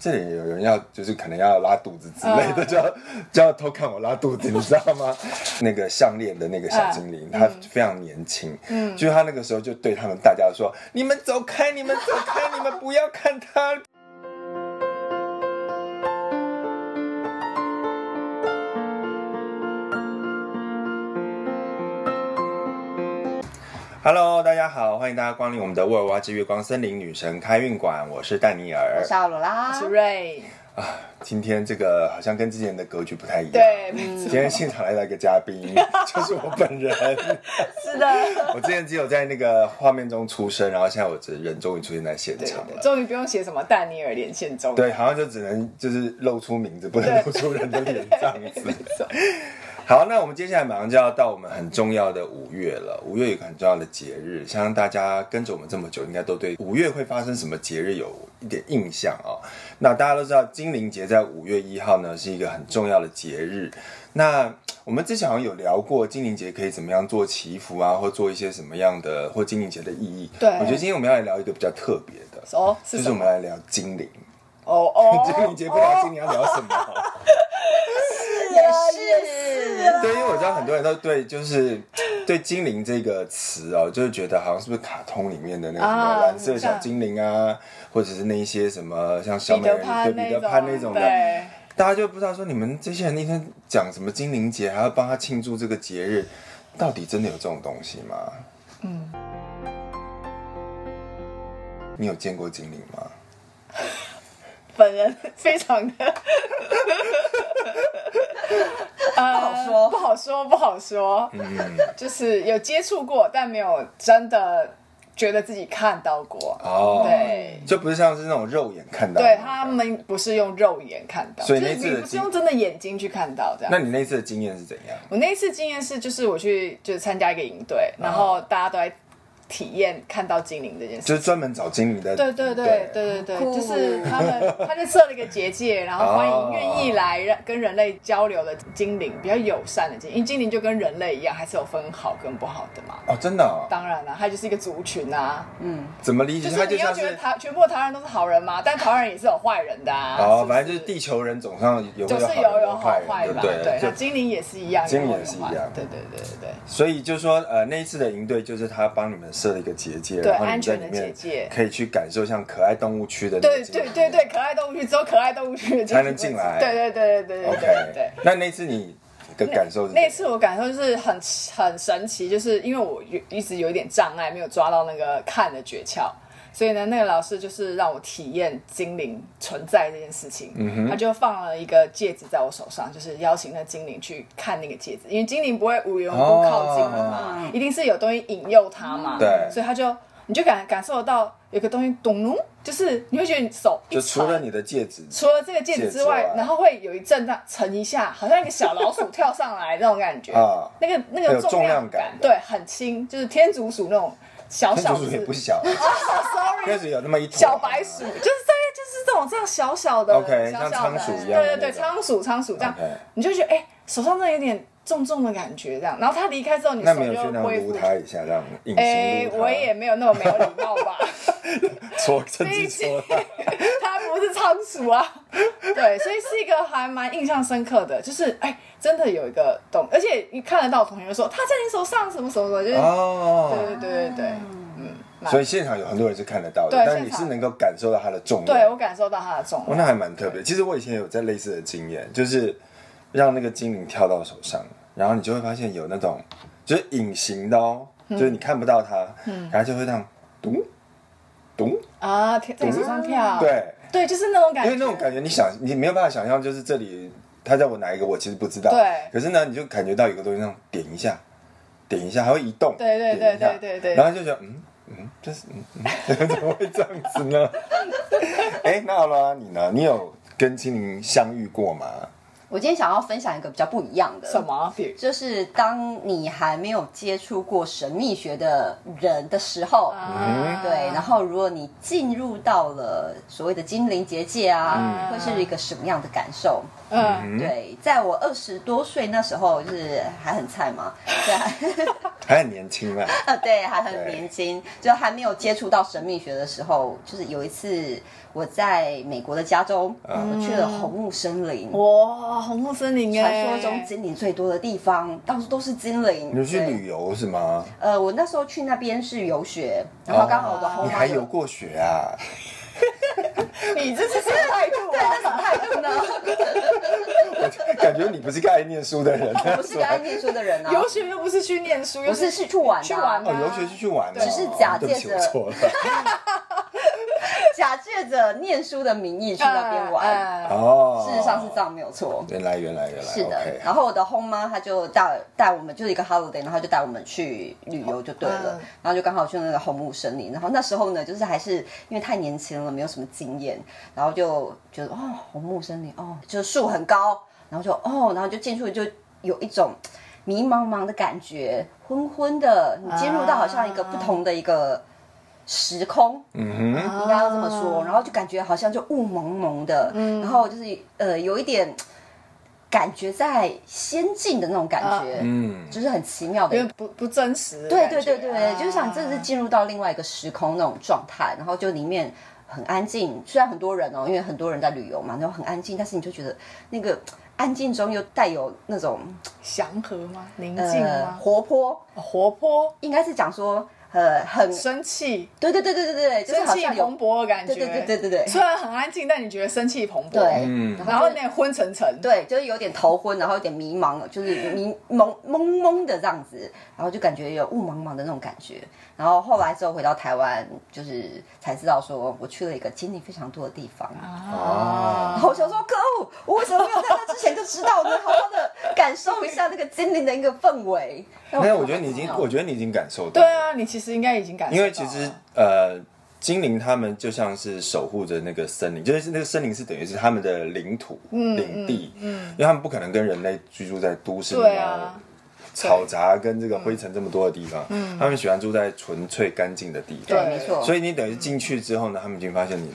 这里有人要就是可能要拉肚子之类的，就要就要偷看我拉肚子，你知道吗？那个项链的那个小精灵，他非常年轻，嗯，就是他那个时候就对他们大家说：“你们走开，你们走开，你们不要看他。”Hello，大家好，欢迎大家光临我们的沃尔瓦之月光森林女神开运馆，我是戴尼尔我。是阿罗拉，子睿，啊，今天这个好像跟之前的格局不太一样。对，没今天现场来了一个嘉宾，就是我本人。是啊的，我之前只有在那个画面中出生，然后现在我这人终于出现在现对场对，了。终于不用写什么但尼尔连线中，对，好像就只能就是露出名字，不能露出人的脸这样子。 好，那我们接下来马上就要到我们很重要的五月了。五月有一个很重要的节日，相信大家跟着我们这么久，应该都对五月会发生什么节日有一点印象啊、那大家都知道，精灵节在五月一号呢是一个很重要的节日。那我们之前好像有聊过精灵节可以怎么样做祈福啊，或做一些什么样的或精灵节的意义。对我觉得今天我们要来聊一个比较特别的，哦，是就是什我们么？来聊精灵。哦 精 哦灵，节不聊精灵要聊什么？也是， 对，因为我知道很多人都对就是对精灵这个词哦，就是觉得好像是不是卡通里面的那个什么啊蓝色小精灵啊，或者是那一些什么像小彼美人得鱼潘对彼得潘那那种的，种，对，大家就不知道说你们这些人一天讲什么精灵节，还要帮他庆祝这个节日，到底真的有这种东西吗？嗯，你有见过精灵吗？本人非常的 不好说呃不好说，不好说，嗯，就是有接触过，但没有真的觉得自己看到过，哦，对。就不是像是那种肉眼看到的对那种他。们不是用肉眼看到，所以就那是次的你不是经用真的眼睛去看到这样那。你那次的经验是怎样？我那一次经验是，就是我去就是参加一个营队，嗯然后大家都在体验看到精灵这件事。就是专门找精灵的。对对对对对酷对，就是他们，他就设了一个结界，然后欢哦迎愿意来让跟人类交流的精灵，比较友善的精灵，因为精灵就跟人类一样，还是有分好跟不好的嘛。哦，真的、哦？当然啦、它就是一个族群啊，嗯，怎么理解？就它是就你要像觉得是台全部的台湾人都是好人嘛，但台湾人也是有坏人的啊。哦，不反正就是地球人总上有会就是好有人有有好坏坏人，嘛，对对，就那精灵也是一样，精灵有好也是一有坏样对对对对对。所以就说呃那一次的营队就是他帮你们设了一个结界，对然后你们安在全里的面结界可以去感受像可爱动物区的那个对精对灵对对，可爱动物区只有可爱动物区的才能进来对对对对对对 OK，对对。那那次你的感受是那怎次我感受就是很很神奇，就是因为我有一直有一点障碍，没有抓到那个看的诀窍，所以呢，那个老师就是让我体验精灵存在这件事情。嗯他就放了一个戒指在我手上，就是邀请那精灵去看那个戒指，因为精灵不会无缘无故靠近你嘛，哦一定是有东西引诱它嘛。对所以他就你就感感受得到有个东西咚咚，就是你会觉得你手一就除了沉你的戒指，除了这个戒指之外，戒指啊然后会有一阵那沉一下，好像一个小老鼠跳上来那种感觉啊那个那有个重量量感对，很轻，就是天竺鼠那种小天竺小鼠只也不小，啊天 ，sorry，竺鼠有那么一坨啊小白鼠，就是这个就是这种这样小小的 OK，小像小的，仓鼠一样的对对对，那仓鼠仓鼠这样 OK 你就觉得哎，手上真的有点重重的感觉这样，然后它离开之后，你那手没有去那就样恢撸复。它一下，这样隐哎形，撸它我 也没有那么没有礼貌吧。戳，甚至戳它。 它不是仓鼠啊，对，所以是一个还蛮印象深刻的，就是哎，真的有一个懂，而且你看得到，同学说他在你手上什么什么的，就是、哦对对，对对对，嗯，蛮所以现场有很多人是看得到的，对但你现场是能够感受到它的重量。对我感受到他的重哦，量，那还蛮特别。其实我以前有在类似的经验，就是让那个精灵跳到手上，然后你就会发现有那种就是隐形的哦，就是你看不到它，嗯然后就会这样咚咚，啊，跳在你手上跳，对，对，就是那种感因觉，为那种感觉你想你没有办法想象，就是这里它在我哪一个我其实不知道，对可是呢，你就感觉到有个东西那种点一下，点一下还会移动，对对点一下对对对对然后就觉得嗯。嗯，就是嗯嗯， 怎么会这样子呢？哎、那好了，你呢？你有跟精灵相遇过吗？我今天想要分享一个比较不一样的，什？么，比如就是当你还没有接触过神秘学的人的时候，啊对，然后如果你进入到了所谓的精灵结界嗯啊，会是一个什么样的感受？嗯，对，在我二十多岁那时候，就是还很菜嘛，对啊，还很年轻啊，呃， 对，还很年轻，就还没有接触到神秘学的时候，就是有一次我在美国的加州，啊我去了红木森林，哦哇，红木森林哎，传说中精灵最多的地方，到处都是精灵。你去对旅游是吗？呃，我那时候去那边是游学，然后刚好我的哦后你妈还游过雪啊？ 你这是什么态度啊？态度呢？感觉你不是个爱念书的人。我不是个爱念书的人啊，游学又不是去念书，又我是是去玩去的玩啊、 哦，游学是去玩的，只是假借对着不起我错了。假借着念书的名义去那边玩，哎哎哦，事实上是这样没有错。原来原来原来，是的哦 OK 然后我的后妈她就带带我们，就是一个 holiday，然后就带我们去旅游就对了，嗯然后就刚好去那个红木森林，然后那时候呢，就是还是因为太年轻了，没有什么经验，然后就觉得哦，红木森林哦，就是树很高，然后就哦，然后就进去就有一种迷茫茫的感觉，昏昏的，你进入到好像一个不同的一个时空，嗯哼，应该要这么说，然后就感觉好像就雾蒙蒙的，然后就是呃有一点感觉在仙境的那种感觉，嗯，就是很奇妙的因为。不不真实的对感对觉。对对，啊就是想真的是进入到另外一个时空那种状态，然后就里面很安静，虽然很多人哦，因为很多人在旅游嘛，然后很安静，但是你就觉得那个安静中又带有那种祥和吗？宁静呃吗？活泼，活泼、应该是讲说呃很生气、对对对对对对，就是生好气像蓬有勃的感觉。对对对对对对虽然很安静，但你觉得生气蓬勃。对，嗯然后有点昏沉沉。对，就是有点头昏，然后有点迷茫，就是迷蒙蒙蒙的这样子，然后就感觉有雾茫茫的那种感觉。然后后来之后回到台湾，就是才知道说我去了一个经历非常多的地方。啊然哦，后我想说，可恶，我为什么没有在那之前就知道呢？好好的感受一下那个精灵的一个氛围。 没有，我觉得你已经，过我觉得你已经感受到对了，啊，你其实应该已经感受因到了。为其实呃，精灵他们就像是守护着那个森林，就是那个森林是等于是他们的领土、领地，因为他们不可能跟人类居住在都市里对面。啊，嘈杂跟这个灰尘这么多的地方，他们喜欢住在纯粹干净的地方。对，没错。所以你等于进去之后呢，他们已经发现你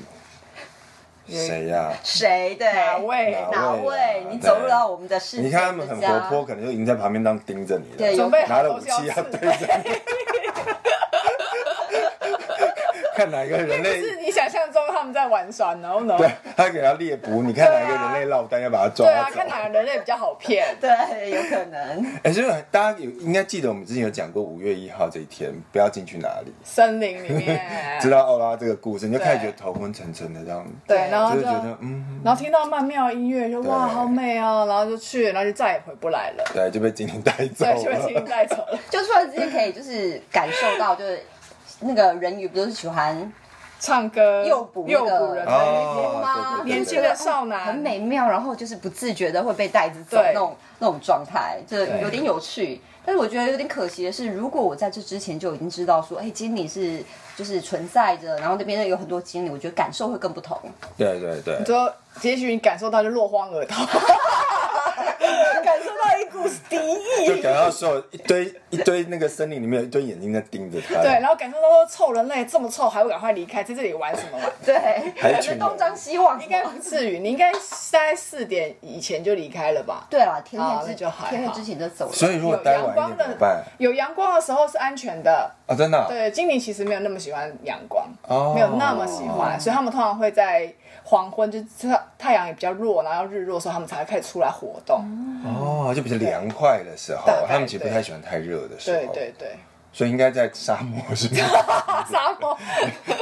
谁呀、谁对哪位哪位？你走入到我们的世界，你看他们很活泼，，可能就已经在旁边当盯着你对。了，准备好拿了投武降器要是对着你。看哪一个人不是类，你想象中他们在玩耍，no no。对他给他猎捕，你看哪一个人类落单要把他抓对啊，走看。哪个人类比较好骗对，有可能。哎，所以大家有应该记得我们之前有讲过五月一号这一天不要进去哪里，森林里面， 知道奥拉这个故事，你就开始觉嗯对得头昏沉沉的这样，对，啊对然后就就，是觉得嗯，然后听到曼妙音乐，就哇，对好美哦，然后就去，然后就再也回不来了，对，就被精灵带走对，就被了精。灵带走了，就突然之间可以就是感受到，就是那个人鱼不是喜欢唱歌， 诱捕那诱个捕人的哦那些吗？对对对对啊年轻的少男哦很美妙，然后就是不自觉的会被带着走对那种那种状态，这有点有趣。但是我觉得有点可惜的是，如果我在这之前就已经知道说，哎，精灵是就是存在着，然后那边有很多精灵，我觉得感受会更不同。对对对你，说，也许你感受到就落荒而逃，哎感受到一股敌意，就感到说一堆一堆那个森林里面有一堆眼睛在盯着他， 对，然后感受到说臭人类这么臭，还会赶快离开，在这里玩什 么玩？对，还感是群人觉东张西望，应该不至于，你应该在四点以前就离开了吧？对了，天哦黑那之就还好天黑之前就走了。所以如果有待阳晚一光点怎的么办？有阳光的时候是安全的。啊，真的啊对，精灵其实没有那么喜欢阳光，哦没有那么喜欢，所以他们通常会在黄昏，就是太太阳也比较弱，然后日落的时候，他们才会开始出来活动。哦，就比较凉快的时候大概，他们其实不对太喜欢太热的时对候，对对，所以应该在沙漠是吗？沙漠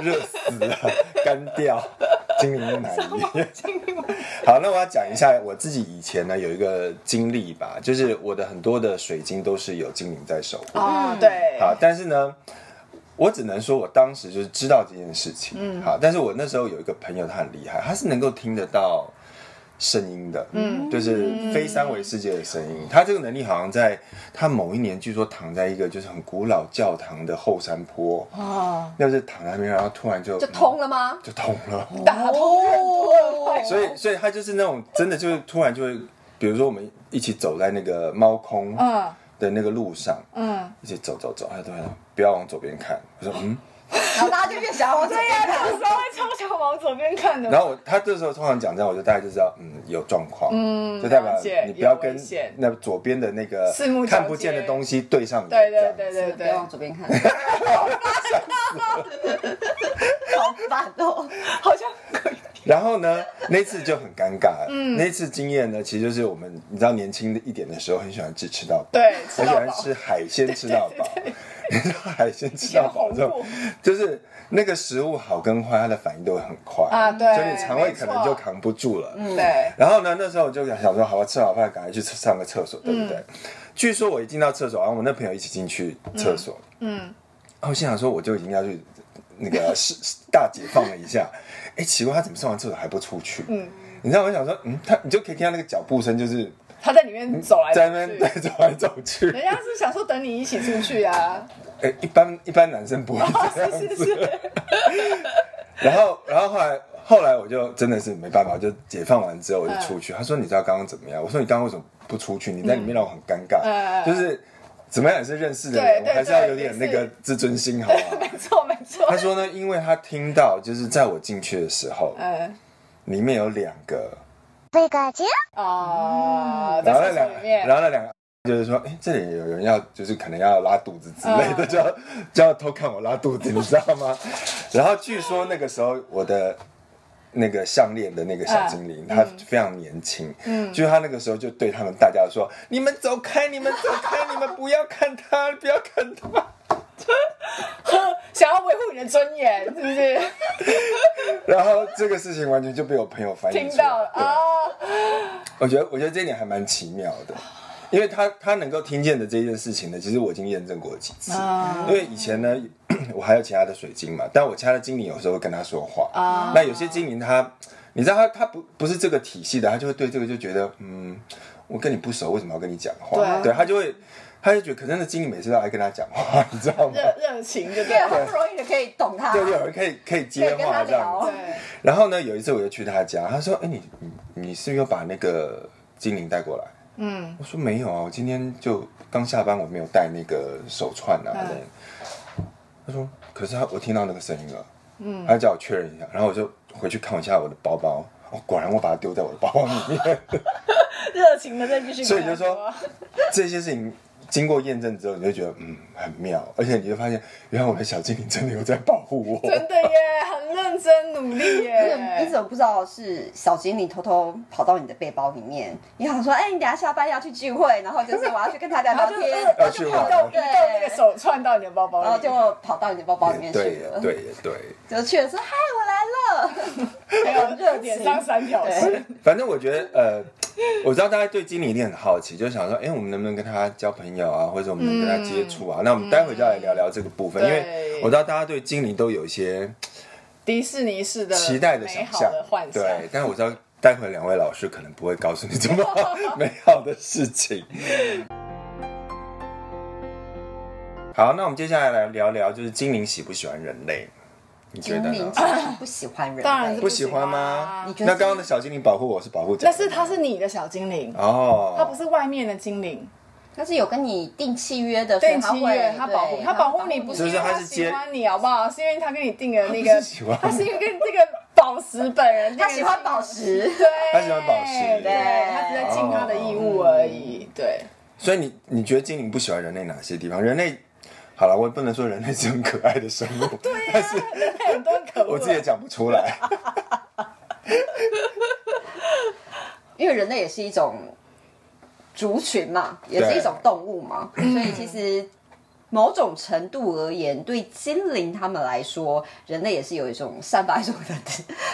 热死了，干掉，精灵在哪里？精灵， 好，那我要讲一下我自己以前呢有一个经历吧，就是我的很多的水晶都是有精灵在守护。啊，对，好，但是呢，我只能说我当时就是知道这件事情。好，但是我那时候有一个朋友，他很厉害，他是能够听得到声音的，嗯，就是非三维世界的声音。他这个能力好像在他某一年，据说躺在一个就是很古老教堂的后山坡，啊，那就是躺在那边，然后突然就就通了吗？就通了。打通任督二脉所以，所以他就是那种真的就是突然就会，比如说我们一起走在那个猫空嗯的那个路上，嗯，一起走走走，他突然说不要往左边看，我说嗯，然后大家就越想要往左哎边看。有时候会超想往左边看的。 然后我他这时候通常讲这样，我就大概就知道，嗯，有状况，嗯，就代表了解你不要有跟危险那左边的那个四目交接看不见的东西对上眼，这对对样对真对的不要往对，左边看，好烦哦！好像然后呢，那次就很尴尬，嗯，那次经验呢，其实就是我们你知道年轻的一点的时候，很喜欢只吃到饱，对 吃很喜到欢饱吃海鲜吃到饱， 你知道海鲜吃到饱这种以，就是那个食物好跟坏，它的反应都会很快啊对所以你肠胃可能没错就扛不住了，嗯。对，然后呢，那时候我就想说，好吧，吃好饭，赶快去上个厕所，对不对？据说我一进到厕所，然后我那朋友一起进去厕所，嗯，然后我心想说，我就已经要去那个 是是大解放了一下，哎，奇怪，他怎么上完厕所还不出去？嗯，你知道我想说，嗯，他你就可以听到那个脚步声，就是他在里面走来嗯在那走边去。对走来走去。人家是想说等你一起出去啊，哎哎、一般一般男生不会 这样子。 然后，然后后来后来我就真的是没办法，就解放完之后嗯我就出去。他说：“你知道刚刚怎么样？”我说：“你刚刚为什么不出去？你在里面让我很尴尬。嗯嗯嗯就是怎么样也是认识的人，对我对还是要对有点也那是个自尊心，好不好没错没？” 错他，说呢，因为他听到就是在我进去的时候，嗯里面有两个，嗯然后那两个，啊，在厕所里面然，后那两个。就是说，哎、这里有人要，就是可能要拉肚子之类嗯的，就要就要偷看我拉肚子，你知道 吗？然后据说那个时候我的那个项链的那个小精嗯灵，他非常年轻，嗯，就是他那个时候就对他们大家说：“你们走开，你们走开，你们不要看他，不要看他。”想要维护你的尊严，是不是？ 然后这个事情完全就被我朋友翻译听出来到了啊，我觉得，我觉得这一点还蛮奇妙的，因为他他能够听见的这件事情呢，其实我已经验证过几次。啊因为以前呢， 我还有其他的水晶嘛，但我其他的精灵有时候会跟他说话。哦啊那有些精灵他，你知道他他不不是这个体系的，他就会对这个就觉得，嗯，我跟你不熟，为什么要跟你讲话？对他就会他就觉得，可是那精灵每次都来跟他讲话， 你知道吗？热热情就因对为了，好不容易也可以懂他，对，有人可以可以接可以跟他话这样聊子。对，然后呢，有一次我就去他家，他说：“哎、你你你是不是有把那个精灵带过来？”嗯，我说没有啊，我今天就刚下班，我没有带那个手串啊。嗯那他说，可是他我听到那个声音了，嗯，他叫我确认一下，然后我就回去看一下我的包包，哦，果然我把它丢在我的包包里面。 热情的再继续，所以就说，这些事情经过验证之后，你就觉得嗯很妙，而且你就发现，原来我的小精灵真的有在保护我。真的耶，很认真努力 你耶怎，么不知道是小精灵偷偷跑到你的背包里面？你想说，哎、你等一下下班要去聚会，然后就是我要去跟他聊聊然后就天，呃要去移玩动移动那个手串到你的包包然后里，哦就跑到你的包包里面去对耶了。对耶对。就去了说，嗨，我来了。还有热点上三条线，反正我觉得，呃，我知道大家对经理一定很好奇，就想说，哎、我们能不能跟他交朋友啊，或者我们能跟他接触啊？那我们待会就要来聊聊这个部分，嗯对因为我知道大家对经理都有一些迪士尼式的期待的美想好象的幻，想，对。但是我知道，待会两位老师可能不会告诉你这么 美好的事情。好，那我们接下来来聊聊，就是精灵喜不喜欢人类？你觉精得灵呢其？实不喜欢人类，当然是不喜欢吗啊？你觉得那刚刚的小精灵保护我是保护但奖，是它是你的小精灵，哦，它不是外面的精灵，他是有跟你定契约的，所以定他契会约，他保护对他保护你，不就是因为他他是接喜欢你，好不好？是因为他跟你定了那他不是个喜欢，他是因为跟这个宝石本人定他了，喜欢宝石，对，他喜欢宝石哦对对他只在尽他的义务而已，对。所以你你觉得精灵不喜欢人类哪些地方？人类好了，我也不能说人类是很可爱的生物，对、但是很多可恶，我自己也讲不出来。因为人类也是一种族群嘛，也是一种动物嘛，所以其实某种程度而言，对精灵他们来说，人类也是有一种散发一种很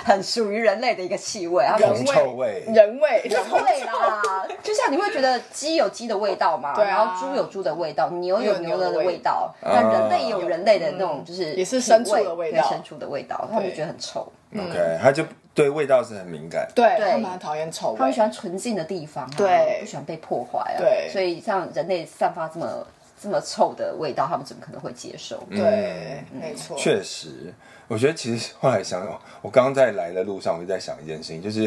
很属于人类的一个气味，他们铜臭味 人味，会啦，就像你会觉得鸡有鸡的味道嘛，对啊然后猪有猪的味道，牛有牛的味道，有牛的味道那人类也有人类的那种就是也是品牲畜的味道对牲畜的味道，他们就觉得很臭， OK，他就对味道是很敏感。对对他们很讨厌臭他们味喜，欢纯净的地方、啊，对不喜欢被破坏啊，对所以像人类散发这么这么臭的味道，他们怎么可能会接受？嗯对，没错，嗯确实，我觉得其实后来想，我刚刚在来的路上，我就在想一件事情，就是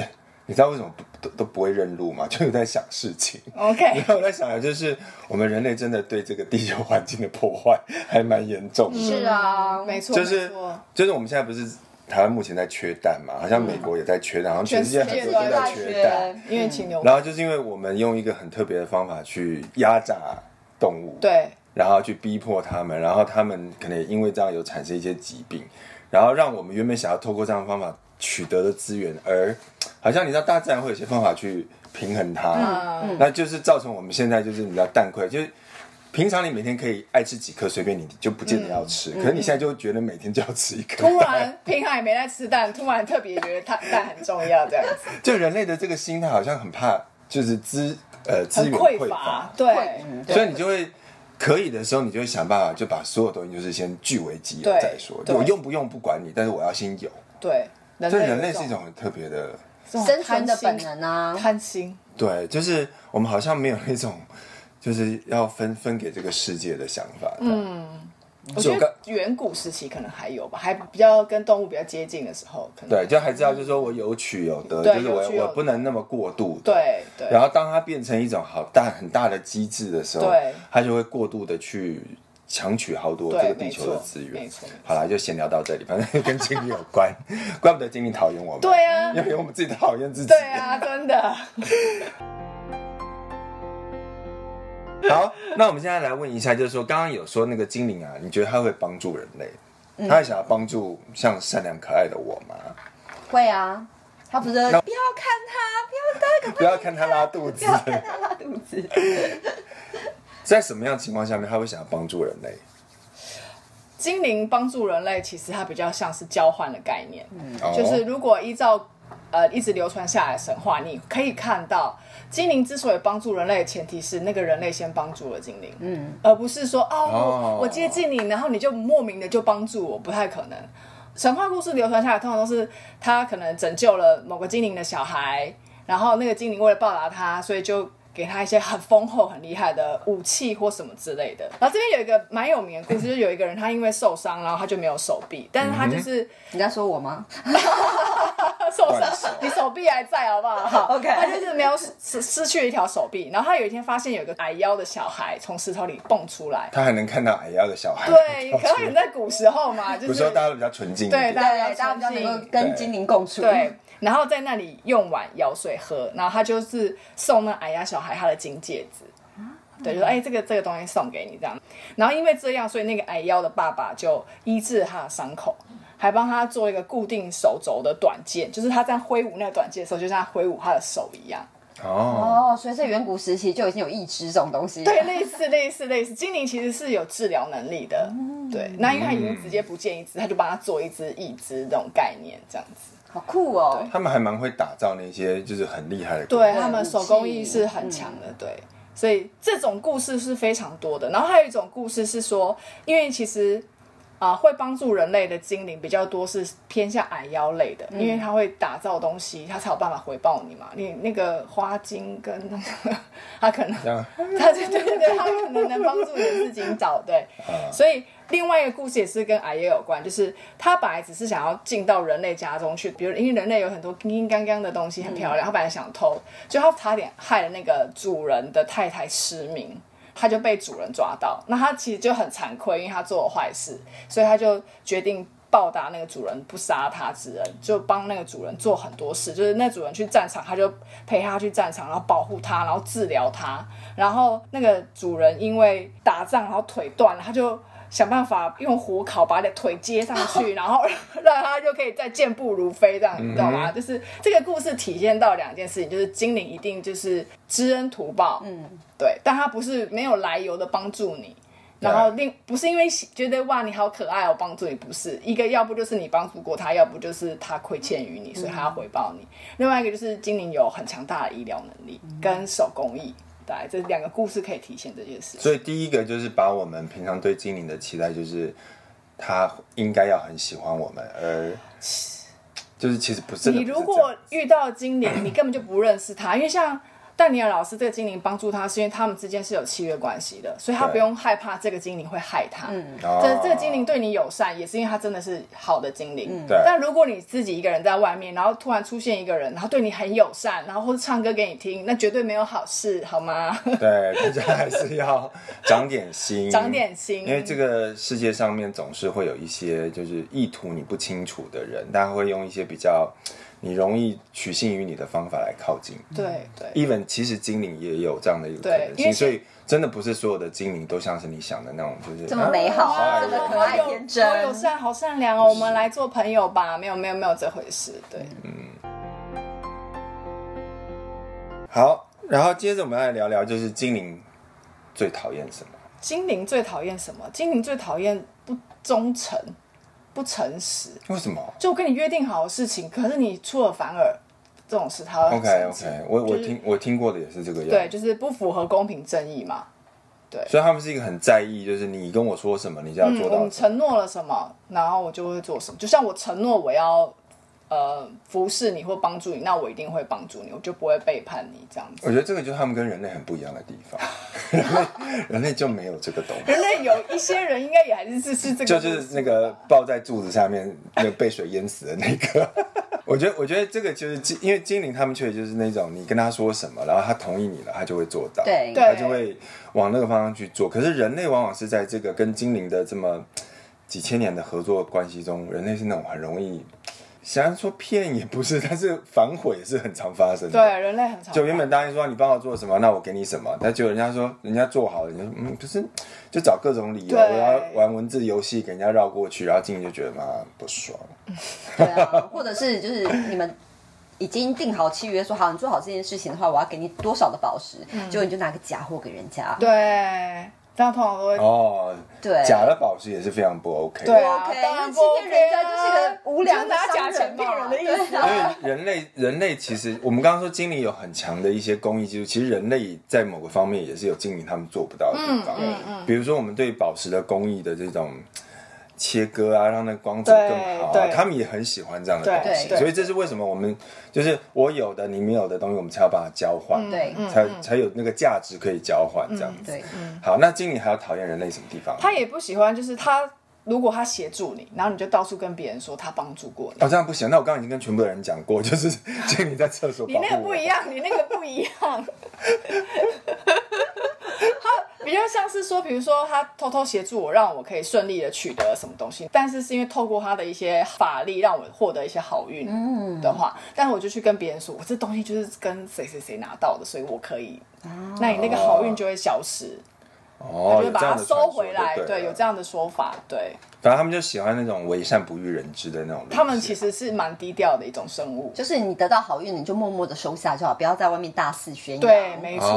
你知道为什么都都都不会认路吗？ 就是在想事情。 OK，然后我在想的就是，我们人类真的对这个地球环境的破坏还蛮严重的。是啊，没错，就是没错就是我们现在不是台湾目前在缺蛋嘛，好像美国也在缺蛋，好像全世界很多全都世界都在在缺蛋。因嗯为禽流然后就是因为我们用一个很特别的方法去压榨动物，对然后去逼迫他们，然后他们可能也因为这样有产生一些疾病，然后让我们原本想要透过这样的方法取得的资源，而好像你知道大自然会有些方法去平衡它，嗯那就是造成我们现在就是你知道蛋溃，就是平常你每天可以爱吃几颗随便你，就不见得要吃，可是你现在就会觉得每天就要吃一颗嗯突蛋，然平常也没在吃蛋，突然特别觉得蛋蛋很重要这样子， 就人类的这个心态好像很怕就是资呃资很源匮匮乏乏，，对所以你就会可以的时候，你就会想办法就把所有东西就是先据为己有对再说。对我用不用不管你，但是我要先有。对，人所以类人类有是一这种种很特别的，这种生存的贪本心能啊，贪心，对，就是我们好像没有那种就是要分分给这个世界的想法。嗯，我就觉我刚得远古时期可能还有吧，还比较跟动物比较接近的时候，可能对，就还是要就是说我有取有得，对就是有取我有我得不能那么过度的。对对然后当它变成一种好大很大的机制的时候对，它就会过度的去强取好多对这个地球的资源。没错没错没错好啦，就闲聊到这里，反正跟精灵有关， 怪不得精灵讨厌我们。对啊因为我们自己讨厌自己。对啊，真的。好，那我们现在来问一下，就是说刚刚有说那个精灵啊，你觉得它会帮助人类？嗯它会想要帮助像善良可爱的我吗？会啊。他不是不要看他，不要看它拉肚子 不要，看，不要看他拉肚子。在什么样的情况下面它会想要帮助人类？精灵帮助人类，其实它比较像是交换的概念，哦就是如果依照呃一直流传下来的神话，你可以看到精灵之所以帮助人类，前提是那个人类先帮助了精灵，嗯，而不是说哦哦我接近你，然后你就莫名的就帮助我，不太可能。神话故事流传下来，通常都是他可能拯救了某个精灵的小孩，然后那个精灵为了报答他，所以就给他一些很丰厚、很厉害的武器或什么之类的。然后这边有一个蛮有名的故事，就是有一个人他因为受伤，然后他就没有手臂，但是他就是、你在说我吗？他受断手伤，你手臂还在好不好？好 OK 他就是没有失失去一条手臂，然后他有一天发现有一个矮腰的小孩从石头里蹦 出来。它还能看到矮腰的小孩。对，可能在古时候嘛，就不是是说大家都比较纯净一点。对大家对，大家比较能够对跟精灵共处。对，，然后在那里用碗舀水喝，然后他就是送那矮牙小孩他的金戒指。啊对，就说哎，这个这个东西送给你这样，然后因为这样，所以那个矮腰的爸爸就医治他的伤口，还帮他做一个固定手肘的短剑，就是他这样挥舞那个短剑的时候，就像他挥舞他的手一样。哦，哦，所以在远古时期就已经有义肢这种东西。对，，类似类似类似，精灵其实是有治疗能力的。对，那因为他已嗯经直接不见一只，他就帮他做一只义肢这种概念这样子。好酷哦！他们还蛮会打造那些就是很厉害的工对具他们手工艺是很强的，对，所以这种故事是非常多的。然后还有一种故事是说，因为其实啊、会帮助人类的精灵比较多是偏向矮腰类的，因为它会打造东西，它才有办法回报你嘛。你那个花精跟那个， 它可能这样他对对对对，他可能能帮助你的事情找对，所以另外一个故事也是跟矮爷有关，就是他本来只是想要进到人类家中去，比如因为人类有很多叮叮当当的东西很漂亮，他本来想偷，就他差点害了那个主人的太太失明。他就被主人抓到，那他其实就很惭愧，因为他做了坏事，所以他就决定报答那个主人不杀他之恩，就帮那个主人做很多事，就是那主人去战场，他就陪他去战场，然后保护他，然后治疗他，然后那个主人因为打仗然后腿断了，他就。想办法用火烤把你的腿接上去， 然后让他就可以再健步如飞，这样你知道吗？就是这个故事体现到两件事情，就是精灵一定就是知恩图报，对，但他不是没有来由的帮助你，对然后另不是因为喜觉得哇你好可爱哦帮助你，不是一个要不就是你帮助过他，要不就是他亏欠于你，所以他要回报你。嗯另外一个就是精灵有很强大的医疗能力跟手工艺，对，这两个故事可以体现这件事。所以第一个就是把我们平常对精灵的期待，就是他应该要很喜欢我们，而就是其实不是真的你不是如这样果遇到精灵，你根本就不认识他，因为像但尼尔老师这个精灵帮助他，是因为他们之间是有契约关系的，所以他对不用害怕这个精灵会害他。嗯，哦这这个精灵对你友善，也是因为他真的是好的精灵。嗯对但如果你自己一个人在外面，然后突然出现一个人，然后对你很友善，然后或者唱歌给你听，那绝对没有好事，好吗？哦对，大家还是要长点心，长点心因为这个世界上面总是会有一些就是意图你不清楚的人，他会用一些比较你容易取信于你的方法来靠近。对对 even 其实精灵也有这样的一个可能对因性，为所以真的不是所有的精灵都像是你想的那种，就是这么美好啊这么好可爱爱人好有天真好友善，好善良哦，我们来做朋友吧。没有没有没有这回事，对。嗯好，然后接着我们来聊聊，就是精灵最讨厌什么？精灵最讨厌什么？精灵最讨厌不忠诚、不诚实。为什么就我跟你约定好的事情，可是你出尔反尔，这种事他会很？OK 生气 OK，我我就是听我听过的也是这个样子。对，就是不符合公平正义嘛。所以他们是一个很在意，就是你跟我说什么，你就要嗯，做我到们什么。承诺了什么，然后我就会做什么。就像我承诺我要呃服侍你或帮助你，那我一定会帮助你，我就不会背叛你这样子。我觉得这个就是他们跟人类很不一样的地方， 人类人类就没有这个东西，人类有一些人应该也还是是是 这个，就是那个抱在柱子下面那个被水淹死的那个。 我觉得，我觉得这个就是精，因为精灵他们确实就是那种，你跟他说什么，然后他同意你了，他就会做到，对他就对会往那个方向去做。可是人类往往是在这个跟精灵的这么几千年的合作关系中，人类是那种很容易，虽然说骗也不是，但是反悔也是很常发生的。对啊人类很常就原本答应说你帮我做什么，那我给你什么，但结果人家说人家做好了，你就说嗯，可是就找各种理由，对我要玩文字游戏给人家绕过去，然后进去就觉得妈不爽。对啊，或者是就是你们已经定好契约，说好你做好这件事情的话，我要给你多少的宝石，结果你就拿个假货给人家，嗯对，这样通常都会哦，对，假的宝石也是非常不 OK 的。对不啊 OK，当然因为不欺骗人家 OK 就啊是个无良的就是拿商假人钱骗嘛，人的意思对 因啊。为人类，人类其实我们刚刚说精灵有很强的一些公益技术，其实人类在某个方面也是有精灵他们做不到的地方。嗯嗯比如说我们对宝石的工艺的这种切割啊，让那光泽更好、对啊，对他们也很喜欢这样的东西。对对所以这是为什么我们就是我有的你没有的东西，我们才要把它交换，嗯对才才有那个价值可以交换这样子。对，嗯好，那精灵还要讨厌人类什么地方？啊他也不喜欢，就是他如果他协助你，然后你就到处跟别人说他帮助过你。哦，这样不行。那我刚刚已经跟全部的人讲过，就是 精灵在厕所保你护那个我不一样，你那个不一样。 他比较像是说，比如说他偷偷协助我，让我可以顺利的取得什么东西，但是是因为透过他的一些法力让我获得一些好运的话，但是我就去跟别人说，我这东西就是跟谁谁谁拿到的，所以我可以，那你那个好运就会消失，哦，他就有会把这样它的收回来。传说对，有哦这样的说法，对。反正他们就喜欢那种为善不欲人知的那种路线。他们其实是蛮低调的一哦种生物。就是你得到好运，你就默默的收下就好，不要在外面大肆宣扬。对，没错。啊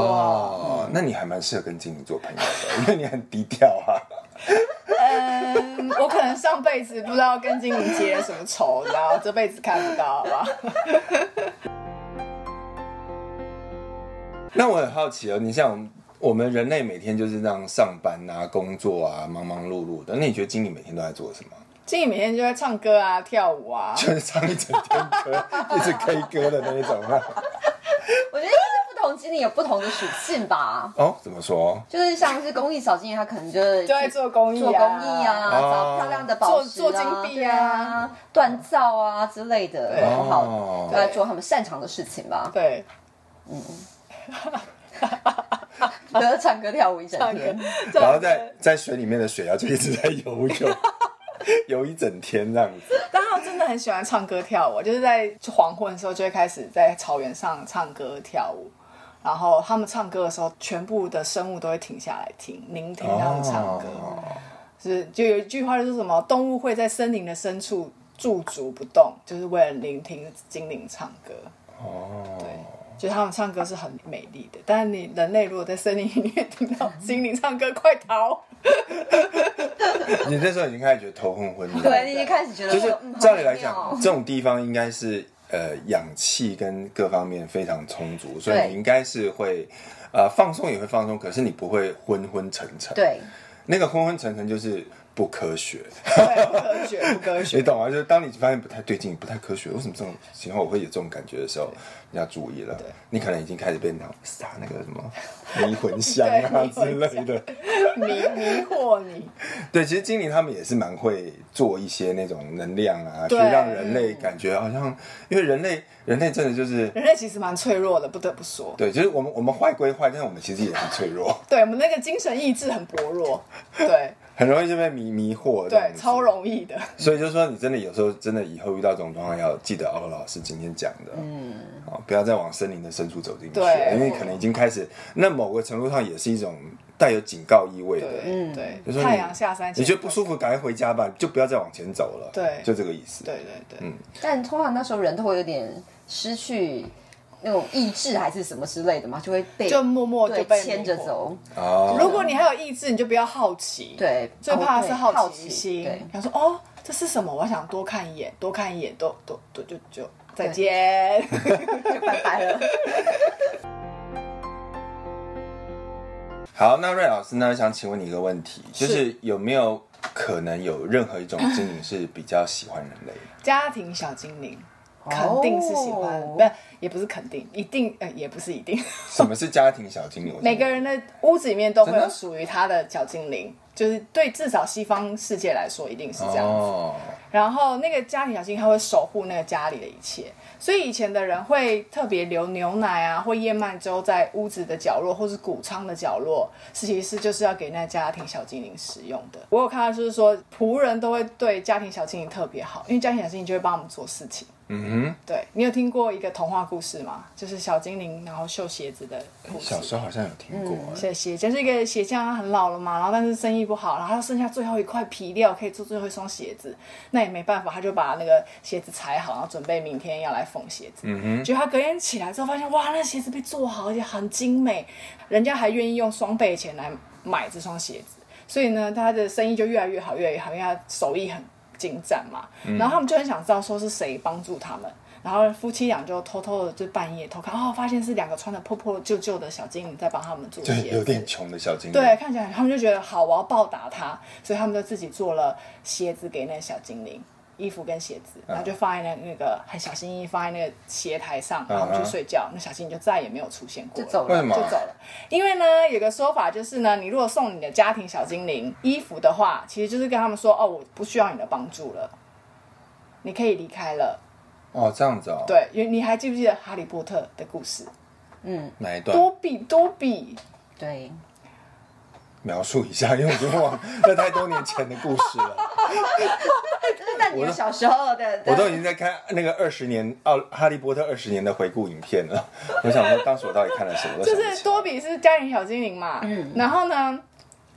哦，那你还蛮适合跟精灵做朋友的，因 为你很低调啊。 嗯，我可能上辈子不知道跟精灵结了什么仇，然后这辈子看不到，好吧？那我很好奇哦，你像我们我们人类每天就是这样上班啊、工作啊，忙忙碌碌的，那你觉得精灵每天都在做什么？ 精灵每天就在唱歌啊、跳舞啊，就是唱一整天歌，一直 K 歌的那一种啊。 我觉得就是不同精灵有不同的属性吧。哦，怎么说？就是像是公益小精灵，他可能就是就在做公益、啊、做公益啊，哦找漂亮的宝石啊，做做金币啊对啊，锻造啊之类的，对很好，哦都在做他们擅长的事情吧。对，比如唱歌跳舞一整唱歌天，，然后在在水里面的水妖就一直在游泳， 游一整天这样子。但他们真的很喜欢唱歌跳舞，就是在黄昏的时候就会开始在草原上唱歌跳舞。然后他们唱歌的时候，全部的生物都会停下来听，聆听他们唱歌。哦就是就有一句话就是什么，动物会在森林的深处驻足不动，就是为了聆听精灵唱歌。哦，对，就是他们唱歌是很美丽的，但是你人类如果在森林里面听到精灵唱歌，快逃！你那时候已经开始觉得头昏昏了。对，你已经开始觉得就是嗯，好照理来美妙讲哦，这种地方应该是呃氧气跟各方面非常充足，所以对你应该是会呃放松也会放松，可是你不会昏昏沉沉。，对那个昏昏沉沉就是。不科学，对，不科学，不科 你学。懂吗？就是当你发现不太对劲、不太科学，为什么这种情况我会有这种感觉的时候，你要注意了。你可能已经开始被拿撒那个什么迷魂香啊对迷之类魂的。迷迷惑你，对，其实精灵他们也是蛮会做一些那种能量啊，去对让人类感觉好像，因为人类人类真的就是人类其实蛮脆弱的，不得不说。对，就是我们我们坏归坏，但是我们其实也很脆弱，对我们那个精神意志很薄弱，对很容易就被迷迷惑。这样对，子超容易的。所以就是说，你真的有时候真的以后遇到这种状况，要记得奥老师今天讲的，嗯，哦，不要再往森林的深处走进去，对因为可能已经开始，那某个程度上也是一种带有警告意味的。对对就说，你太阳下山前，你觉得不舒服，赶快回家吧，就不要再往前走了。对就这个意思。对对对，但通常那时候人都会有点失去那种意志还是什么之类的嘛，就会被就默默就对被牵迷着惑。走。哦，如果你还有意志，你就不要好奇。，对，最怕的哦是对好好奇心对，。想说哦，这是什么？我想多看一眼，多看一眼，多多多就就再见。拜拜了。好，那瑞老师呢，想请问你一个问题，就是有没有可能有任何一种精灵是比较喜欢人类的？家庭小精灵。哦肯定是喜欢，不、也不是肯定，一定呃也不是一 定，什么是家庭小精灵？每个人的屋子里面都会真有的属于他的小精灵，就是对至少西方世界来说一定是这样子。哦，然后那个家庭小精灵它会守护那个家里的一切，所以以前的人会特别留牛奶啊或燕麦粥在屋子的角落或是谷仓的角落，是其实就是要给那家庭小精灵使用的。我有看到就是说仆人都会对家庭小精灵特别好，因为家庭小精灵就会帮我们做事情。嗯对你有听过一个童话故事吗？就是小精灵然后绣鞋子的故哼，事小。时候好像有听过、写鞋匠嗯是一个鞋匠，他很老了嘛，然后但是生意不好，然后他剩下最后一块皮料可以做最后一双鞋子，那也没办法，他就把那个鞋子裁好，然后准备明天要来缝鞋子。嗯哼，结果他隔天起来之后发现，哇，那鞋子被做好，而且很精美，人家还愿意用双倍的钱来买这双鞋子，所以呢，他的生意就越来越好，越来越好，因为他手艺很精湛嘛。嗯然后他们就很想知道说是谁帮助他们。然后夫妻俩就偷偷的就半夜偷看，哦，发现是两个穿的破破旧旧的小精灵在帮他们做就鞋是子，有点穷的小精灵。对，看起来他们就觉得好，我要报答他，所以他们就自己做了鞋子给那个小精灵，衣服跟鞋子，啊然后就放在那那个很小心翼翼放在那个鞋台上，然后嗯去哼睡觉。那小精灵就再也没有出现过就了，走为了什，么就走了。因为呢，有个说法就是呢，你如果送你的家庭小精灵衣服的话，其实就是跟他们说，哦，我不需要你的帮助了，你可以离开了。哦，这样子哦。，对，因为你还记不记得《哈利波特》的故事？嗯，哪一段？多比多比 对，描述一下，因为我已经忘了，那太多年前的故事了。 那你们小时候的，我都已经在看那个二十年奥《哈利波特》二十年的回顾影片了。我想说，当时我到底看了什么？我都就想不起来是多比是家庭小精灵嘛，嗯，然后呢，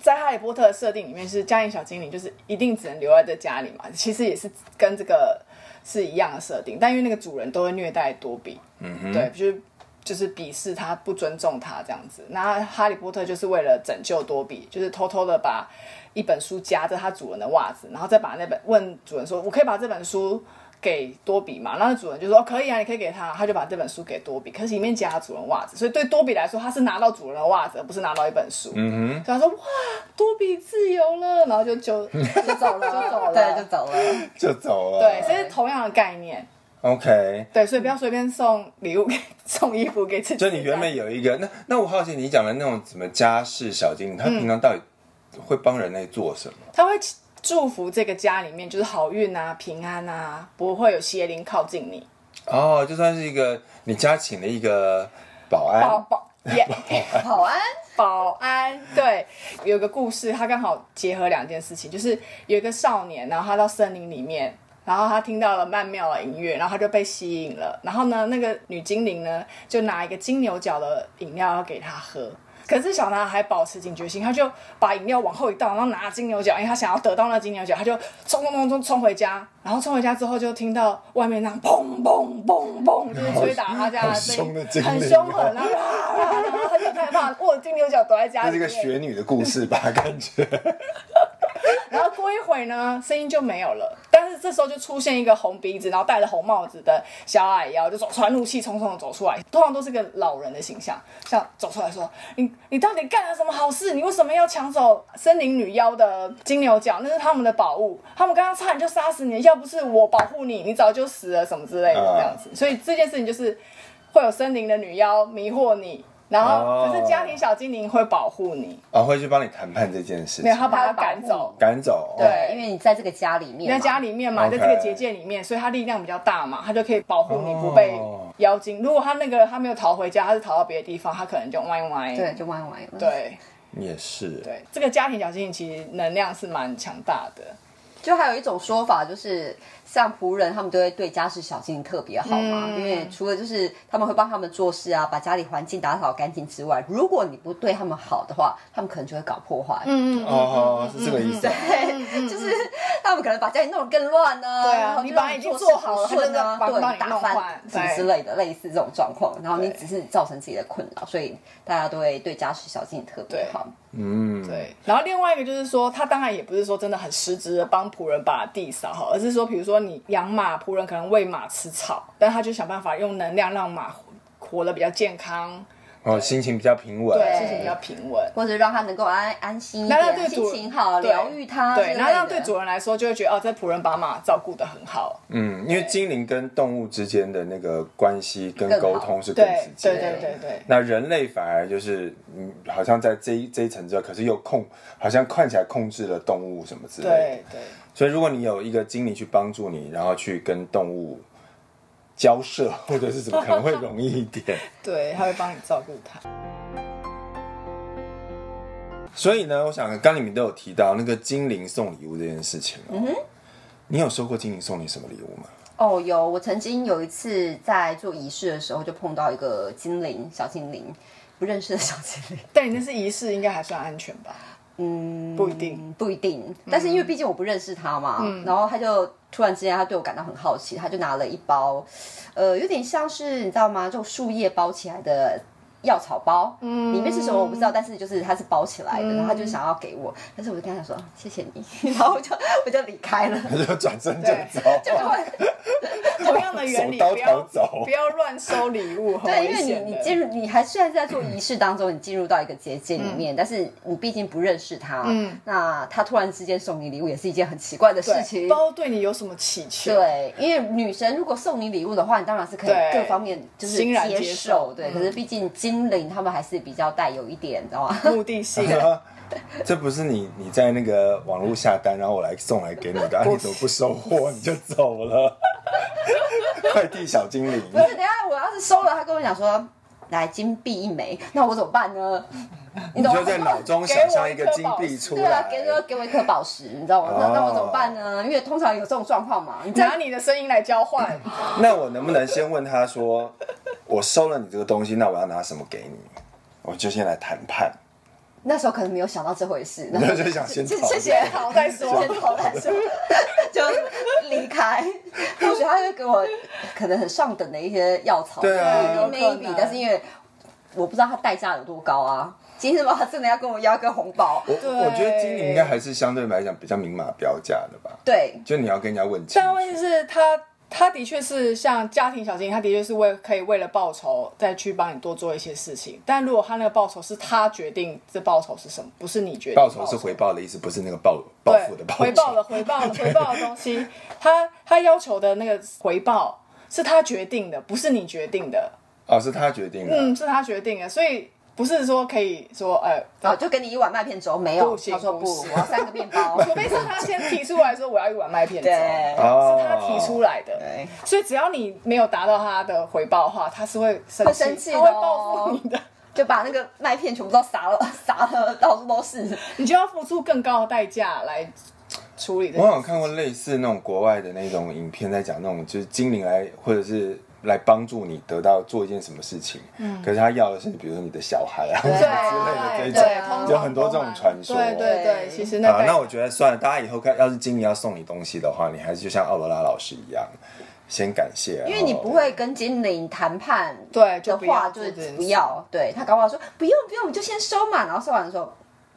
在哈利波特的设定里面是家庭小精灵，就是一定只能留在这家里嘛，其实也是跟这个是一样的设定，但因为那个主人都会虐待多比，嗯哼，对，就是就是鄙视他、不尊重他这样子。那哈利波特就是为了拯救多比，就是偷偷的把一本书夹着他主人的袜子，然后再把那本问主人说：“我可以把这本书。”给多比嘛，然后主人就说、哦、可以啊，你可以给他，他就把这本书给多比，可是里面夹了主人袜子，所以对多比来说，他是拿到主人的袜子，而不是拿到一本书。嗯哼，所以他说哇，多比自由了，然后就 就就走了，就走了，对，就走了。 就走了。对，这是同样的概念。 ，OK。对，所以不要随便送礼物给 送衣服给自己。就你原本有一个，那那我好奇你讲的那种什么家事小精灵，嗯他平常到底会帮人类做什么？他会祝福这个家里面就是好运啊、平安啊，不会有邪灵靠近你。哦，就算是一个你家请了一个保安，保保耶保安，保安对，有个故事，它刚好结合两件事情，就是有一个少年，然后他到森林里面。然后他听到了曼妙的音乐，然后他就被吸引了。然后呢，那个女精灵呢，就拿一个金牛角的饮料要给他喝。可是小男孩保持警觉性，他就把饮料往后一倒，然后拿金牛角，因为他想要得到那金牛角，他就冲冲冲冲冲回家。然后冲回家之后，就听到外面那样砰砰砰砰，就是捶打他家好声音凶的精灵很哦凶狠，然后啊然后他就很害怕，握着金牛角躲在家这是里一个面。雪女的故事吧？感觉然后过一会呢，声音就没有了。但是这时候就出现一个红鼻子，然后戴着红帽子的小矮腰，就走传怒气冲冲的走出来，通常都是个老人的形象，像走出来说：“你你到底干了什么好事？你为什么要抢走森林女妖的金牛角？那是他们的宝物，他们刚刚差点就杀死你，要不是我保护你，你早就死了什么之类的啊这样子。”所以这件事情就是会有森林的女妖迷惑你。然后，可是家庭小精灵会保护你，啊，会去帮你谈判这件事没有情，他把他赶他要保走护，赶走。哦对对，因为你在这个家里面在嘛，家里面嘛， OK 在这个结界里面，所以他力量比较大嘛，他就可以保护你不被哦妖精。如果他那个他没有逃回家，他是逃到别的地方，他可能就歪歪。对，就玩玩了。，对也是，哦对，这个家庭小精灵其实能量是蛮强大的，就还有一种说法，就是像仆人他们都会对家事小精灵特别好嘛，嗯因为除了就是他们会帮他们做事啊，把家里环境打扫干净之外，如果你不对他们好的话，他们可能就会搞破坏。嗯，哦，是这个意思啊。 对，就是他们可能把家里弄得更乱呢。对啊然后就你本来让已经做做事好了不顺啊，他就在对帮，你打弄坏翻什么对之类的，类似这种状况。然后你对只是造成自己的困扰，所以大家都会对家事小精灵特别对好。嗯，对，然后另外一个就是说，他当然也不是说真的很实质的帮仆人把地扫好，而是说，比如说你养马，仆人可能喂马吃草，但他就想办法用能量让马活活得比较健康，哦，心情比较平稳，对，心情比较平稳。或者让他能够安安心一那让点，对主心情好，对疗愈他之类对，的。然后让对主人来说就会觉得哦，这仆人把马照顾得很好，嗯，因为精灵跟动物之间的那个关系跟更沟好通是更对直接对的。对对对，那人类反而就是，嗯，好像在这一这一层之后，可是又控，好像看起来控制了动物什么之类的。对对所以如果你有一个精灵去帮助你，然后去跟动物交涉或者是什么，可能会容易一 点。对，他会帮你照顾他。所以呢，我想刚你们都有提到那个精灵送礼物这件事情、哦。嗯你有收过精灵送你什么礼物吗？ 哦，有，我曾经有一次在做仪式的时候，就碰到一个精灵，小精灵，不认识的小精灵，但你那是仪式，应该还算安全吧？嗯，不一定。嗯，不嗯一定。但是因为毕竟我不认识他嘛，然后他就突然之间，他对我感到很好奇，他就拿了一包，呃，有点像是你知道吗？这种树叶包起来的。药草包，嗯，里嗯面是什么我不知道，但是就是它是包起来的，然后他就想要给我，但是我就跟他讲说哦谢谢你，然 后我就我就离开了， 他就转身就走，然后同样的原理，手刀不要逃走不要乱收礼物，很对，危因为险你的嗯你进入，你还虽然是在做仪式当中，你进入到一个结界里面，但是你毕竟不认识他，嗯那他突然之间送你礼物也是一件很奇怪的事对情不。知道对你有什么祈求？对，因为女神如果送你礼物的话，你当然是可以对各方面就是欣然接受嗯受，对。可是毕竟精灵他们还是比较带有一点，你知道 吗？目的性。这不是你你在那个网络下单，然后我来送来给你的，啊、你怎么不收货你就走了？快递小精灵，不是，等一下我要是收了，他跟我讲说来金币一枚，那我怎么办呢？你你懂吗就在脑中想象一个金币出对啊来，，给我给我一颗宝石，你知道吗？那那我怎么办呢？因为通常有这种状况嘛，你在拿你的声音来交换，那我能不能先问他说，我收了你这个东西，那我要拿什么给你？我就先来谈判，那时候可能没有想到这回事，那就想先谢讨论谢谢好再说先。逃再说， 就离 开。或许他会给我可能很上等的一些药草，对啊一定有可能 maybe，但是因为我不知道它代价有多高啊。今天他真的要跟我要一个红包，我我觉得精灵应该还是相对来讲比较明码标价的吧，对，就你要跟人家问清但楚。问题是，他他的确是像家庭小精灵，他的确是为可以为了报酬再去帮你多做一些事情。但如果他那个报酬是他决定这报酬是什么，不是你决定报酬是回报的意思，不是那个报报对复的报酬。回报的回报的回报的东西，他他要求的那个回报是他决定的，不是你决定的。哦，是他决定的。嗯，是他决定的，所以不是说可以说哎。然后哦就给你一碗麦片粥，没有，不行他说不，不行我要三个 面包，除非是他先提出来说我要一碗麦片粥，对哦是他提出来的。对所以只要你没有达到他的回报的话，他是会生会气，生气的他哦会报复你的，就把那个麦片全部都撒了，撒了到处都哦是。啊你就要付出更高的代价来处理这我个。好像看过类似那种国外的那种影片，在讲那种就是精灵来或者是来帮助你得到做一件什么事情，可是他要的是比如说你的小孩啊，对或者之类的这对一啊种，通常有很多这种传说。对对对，对其实那啊，代那我觉得算了，大家以后看，要是精灵要送你东西的话，你还是就像奥罗拉老师一样，先感谢，因为然后你不会跟精灵谈判，对就的不要话做就是这件不事要。对他搞不好说不用不用，你就先收嘛，然后收完的时候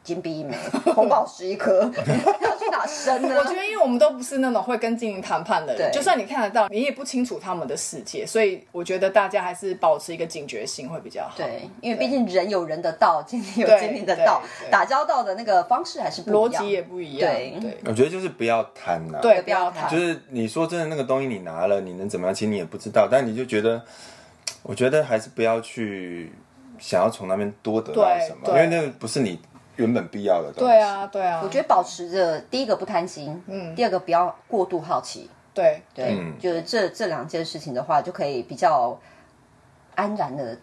金币一枚，红宝石 一颗， 要去哪生呢？我觉得，因为我们都不是那种会跟精灵谈判的人，对就算你看得到，你也不清楚他们的世界，所以我觉得大家还是保持一个警觉性会比较好。对，因为毕竟人有人的道，精灵有对精灵的道对，对打交道的那个方式还是不逻一样。辑也不一样。对对我觉得就是不要贪呐、对，不不要要谈谈就。是你说真的，那个东西你拿了，你能怎么样？其实你也不知道，但你就觉得，我觉得还是不要去想要从那边多得到对什么，因对为那个不是你原本必要的东西。对，啊，对啊，我觉得保持着第一个不贪心，嗯，第二个不要过度好奇，对对，嗯就是这这两件事情的话，就可以比较安然的，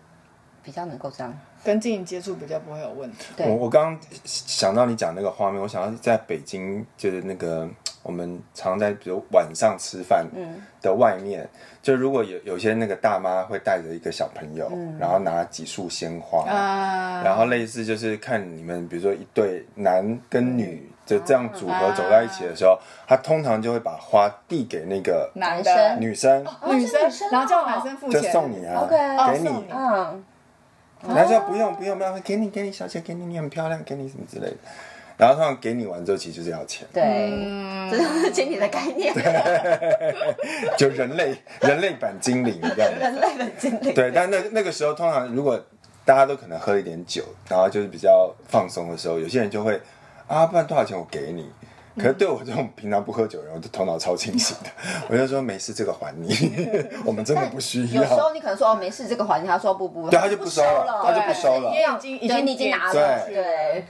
比较能够这样。跟精灵接触比较不会有问题。对我我刚刚想到你讲那个画面，我想到在北京，就是那个我们常在比如晚上吃饭的外面，就如果有有些那个大妈会带着一个小朋友，然后拿几束鲜花，啊，然后类似就是看你们，比如说一对男跟女就这样组合走在一起的时候，他通常就会把花递给那个男男的女生，女哦是女生哦然后叫男生付就钱，送你啊 OK 哦，给送你你。嗯，然后说不用不用不用，给你给你小姐给你，你很漂亮，给你什么之类的。然后通常给你完之后，其实就是要钱，嗯对，这就是经理的概念，就人类人类版精灵这样子。人类的经理。对，但那那个时候通常如果大家都可能喝一点酒，然后就是比较放松的时候，有些人就会啊，不然多少钱我给你。可是对我这种平常不喝酒的人，我就头脑超清醒的，我就说没事，这个还你， 我们真的不需有时候要。你可能说哦没事，这个环节他说不不，对他就不不收了了，他就不收了对因为已经已经对你已经拿了，对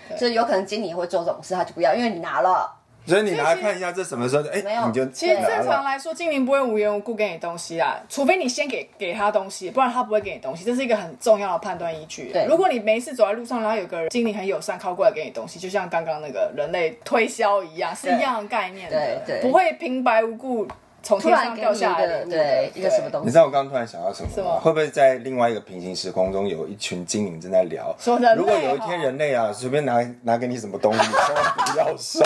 对，所以有可能经理也会做这种事，他就不要，因为你拿了，所以你拿来看一下这什么时候，哎没有，你就其实拿正了。常来说，精灵不会无缘无故给你东西啦，除非你先给给他东西，不然他不会给你东西。这是一个很重要的判断依据。对如果你没事走在路上，然后有个人精灵很友善靠过来给你东西，就像刚刚那个人类推销一样，是对一样的概念对的，对不会平白无故从突天然上给掉你一下来的个礼物对一个什么东你西知，道我刚刚突然想到什么什吗么？会不会在另外一个平行时空中有一群精灵正在聊？说人类如果有一哈天人类啊，随便拿拿给你什么东西，你千万不要收。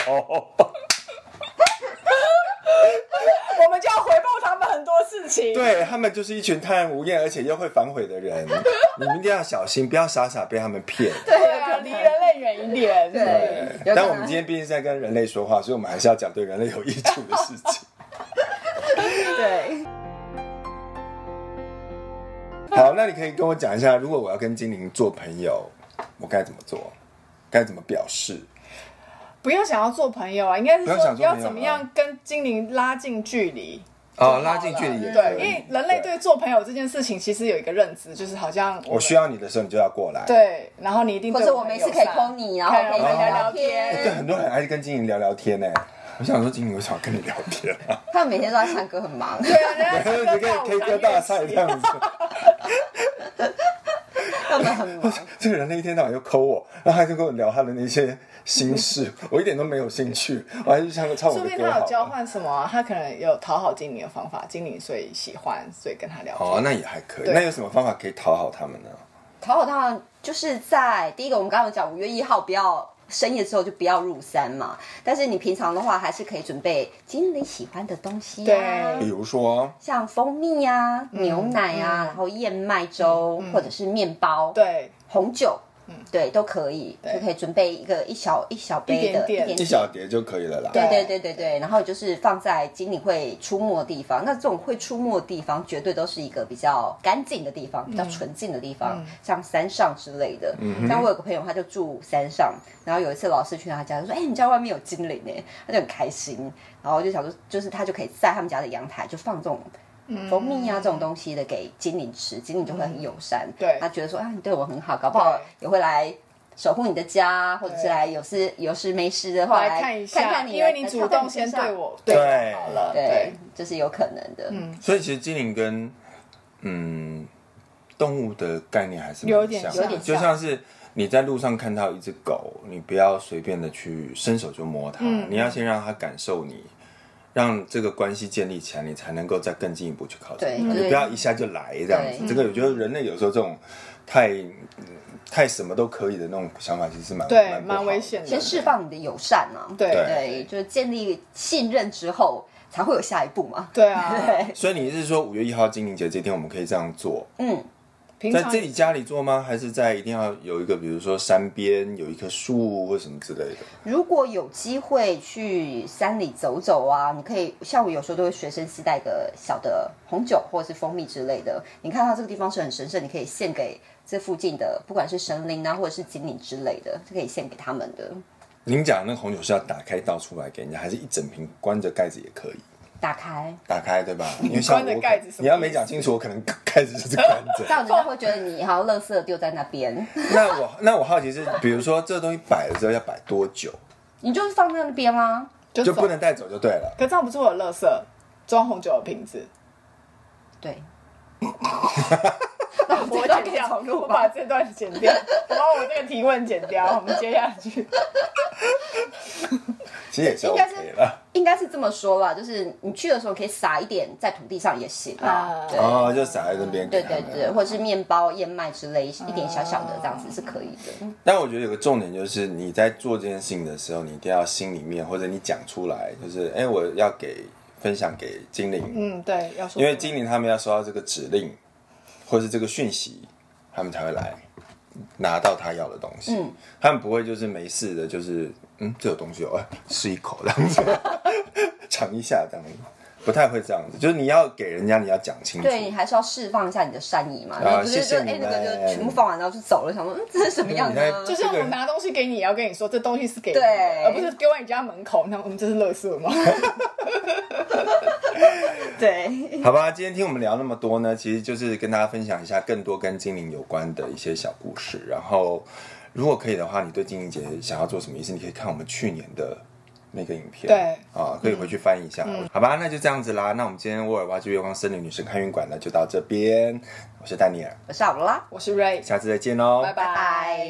我们就要回报他们很多事情。对他们就是一群贪婪无厌，而且又会反悔的人。你们一定要小心，不要傻傻被他们骗。对啊，离人类远一点。对有可能但我们今天毕竟是在跟人类说话，所以我们还是要讲对人类有益处的事情。对，好，那你可以跟我讲一下，如果我要跟精灵做朋友，我该怎么做？该怎么表示？不要想要做朋友啊，应该是不要想说做要朋友怎么啊样跟精灵拉近距离。哦，拉近距离嗯也可对，以。因为人类对做朋友这件事情其实有一个认知，就是好像我需要你的时候，你就要过来。对，然后你一定或对者我我没没事事可以 call 你，然后可以跟你聊聊聊天哎，对，天。很多人还是跟精灵聊聊天呢、我想说，精灵为什么要跟你聊天 啊？ 他们每天都在唱歌，很忙。对啊，人你家可以 K 歌大赛这样子。 他们很忙，这个人类一天到晚又抠我，然后他就跟我聊他的那些心 事，我一点都没有兴趣，我还是唱唱我的说不定歌他有交好了。换什么啊、他可能有讨好精灵的方法，精灵所以喜欢，所以跟他聊天。哦，那也还可以。对那有什么方法可以讨好他们呢？讨好他们就是在第一个，我们刚刚有讲五月一号不要深夜之后就不要入山嘛。但是你平常的话，还是可以准备经理喜欢的东西啊，比如说，像蜂蜜啊、牛奶啊，然后燕麦粥、或者是面包、对，红酒。嗯对，都可以，就可以准备一个一小一小杯的，一点点一小碟就可以了啦。对对对对对，然后就是放在精灵会出没的地方。那这种会出没的地方，绝对都是一个比较干净的地方，嗯比较纯净的地方，像山上之类的。像我有个朋友，他就住山上，然后有一次老师去他家，就说：“哎、你家外面有精灵哎！”他就很开心，然后我就想说，就是他就可以在他们家的阳台就放这种。蜂蜜啊，这种东西的给精灵吃，精灵就会很友善。嗯对他觉得说啊，你对我很好，搞不好对也会来守护你的家，或者是对来有事有事没事的话来来看一下，看看你，因为来你来主挑战动先身上对我对我好了，对，这是有可能的。嗯，所以其实精灵跟嗯动物的概念还是蛮有点像的像有点就像像是你在路上看到一只狗，你不要随便的去伸手就摸它，嗯你要先让它感受你。让这个关系建立起来，你才能够再更进一步去靠近对它。对你不要一下就来这样子。对这个我觉得人类有时候这种太太什么都可以的那种想法，其实是蛮对，不好蛮危险的。先释放你的友善啊，对对，就是建立信任之后，才会有下一步嘛。对啊，的。所以你是说五月一号精灵节这天我们可以这样做？嗯，平在常自己家里做吗？还是在一定要有一个，比如说山边有一棵树或什么之类的？如果有机会去山里走走啊，你可以像我有时候都会随身携带个小的红酒或者是蜂蜜之类的。你看到这个地方是很神圣，你可以献给这附近的，不管是神灵啊或者是精灵之类的，是可以献给他们的。您讲那个红酒是要打开倒出来给人家，还是一整瓶关着盖子也可以？打开，打开对 吧？因为像关我着盖子什么意思你要没讲清楚，我可能盖子就是关着 这。样人家会觉得你好像垃圾丢在那边， 那我那我好奇是，比如说这个东西摆了之后要摆多久，你就是放在那边啊。就就走不能带走就对了。可这样不是我有垃圾装红酒的瓶子，对，我这剪段可以掉，重录我吧把这段剪掉，我把我这个提问剪掉，我们接下去。其实也是应该是 OK 了。应该是这么说啦，就是你去的时候可以撒一点在土地上也行啊啊。对哦，就撒在那边。对对对，。或者是面包、燕麦之类，一点小小的这样子是可以的。但我觉得有个重点就是，你在做这件事情的时候，你一定要心里面或者你讲出来，就是哎、我要给分享给精灵，嗯，对，要说因为精灵他们要收到这个指令或是这个讯息，他们才会来拿到他要的东西。嗯他们不会就是没事的，就是嗯，这有东西哦，哎吃一口这样子， 尝一下这样子，不太会这样子。就是你要给人家，你要讲清楚。对你还是要释放一下你的善意嘛，啊你不谢是就谢哎、你那们个就全部放完然后就走了，想说嗯这是什么样子呢你？就看是我拿东西给你，也要跟你说这东西是给你对的，而不是丢在你家门口，那我们这是垃圾吗？ 对，好吧，今天听我们聊那么多呢，其实就是跟大家分享一下更多跟精灵有关的一些小故事。然后，如果可以的话，你对精灵节想要做什么意思，你可以看我们去年的那个影片，对啊，可以回去翻一下。好吧，那就这样子啦。那我们今天沃尔挖掘月光森林女神看运馆呢，就到这边。我是丹尼尔，我是阿布拉，哦我是 Ray，下次再见喽，拜拜。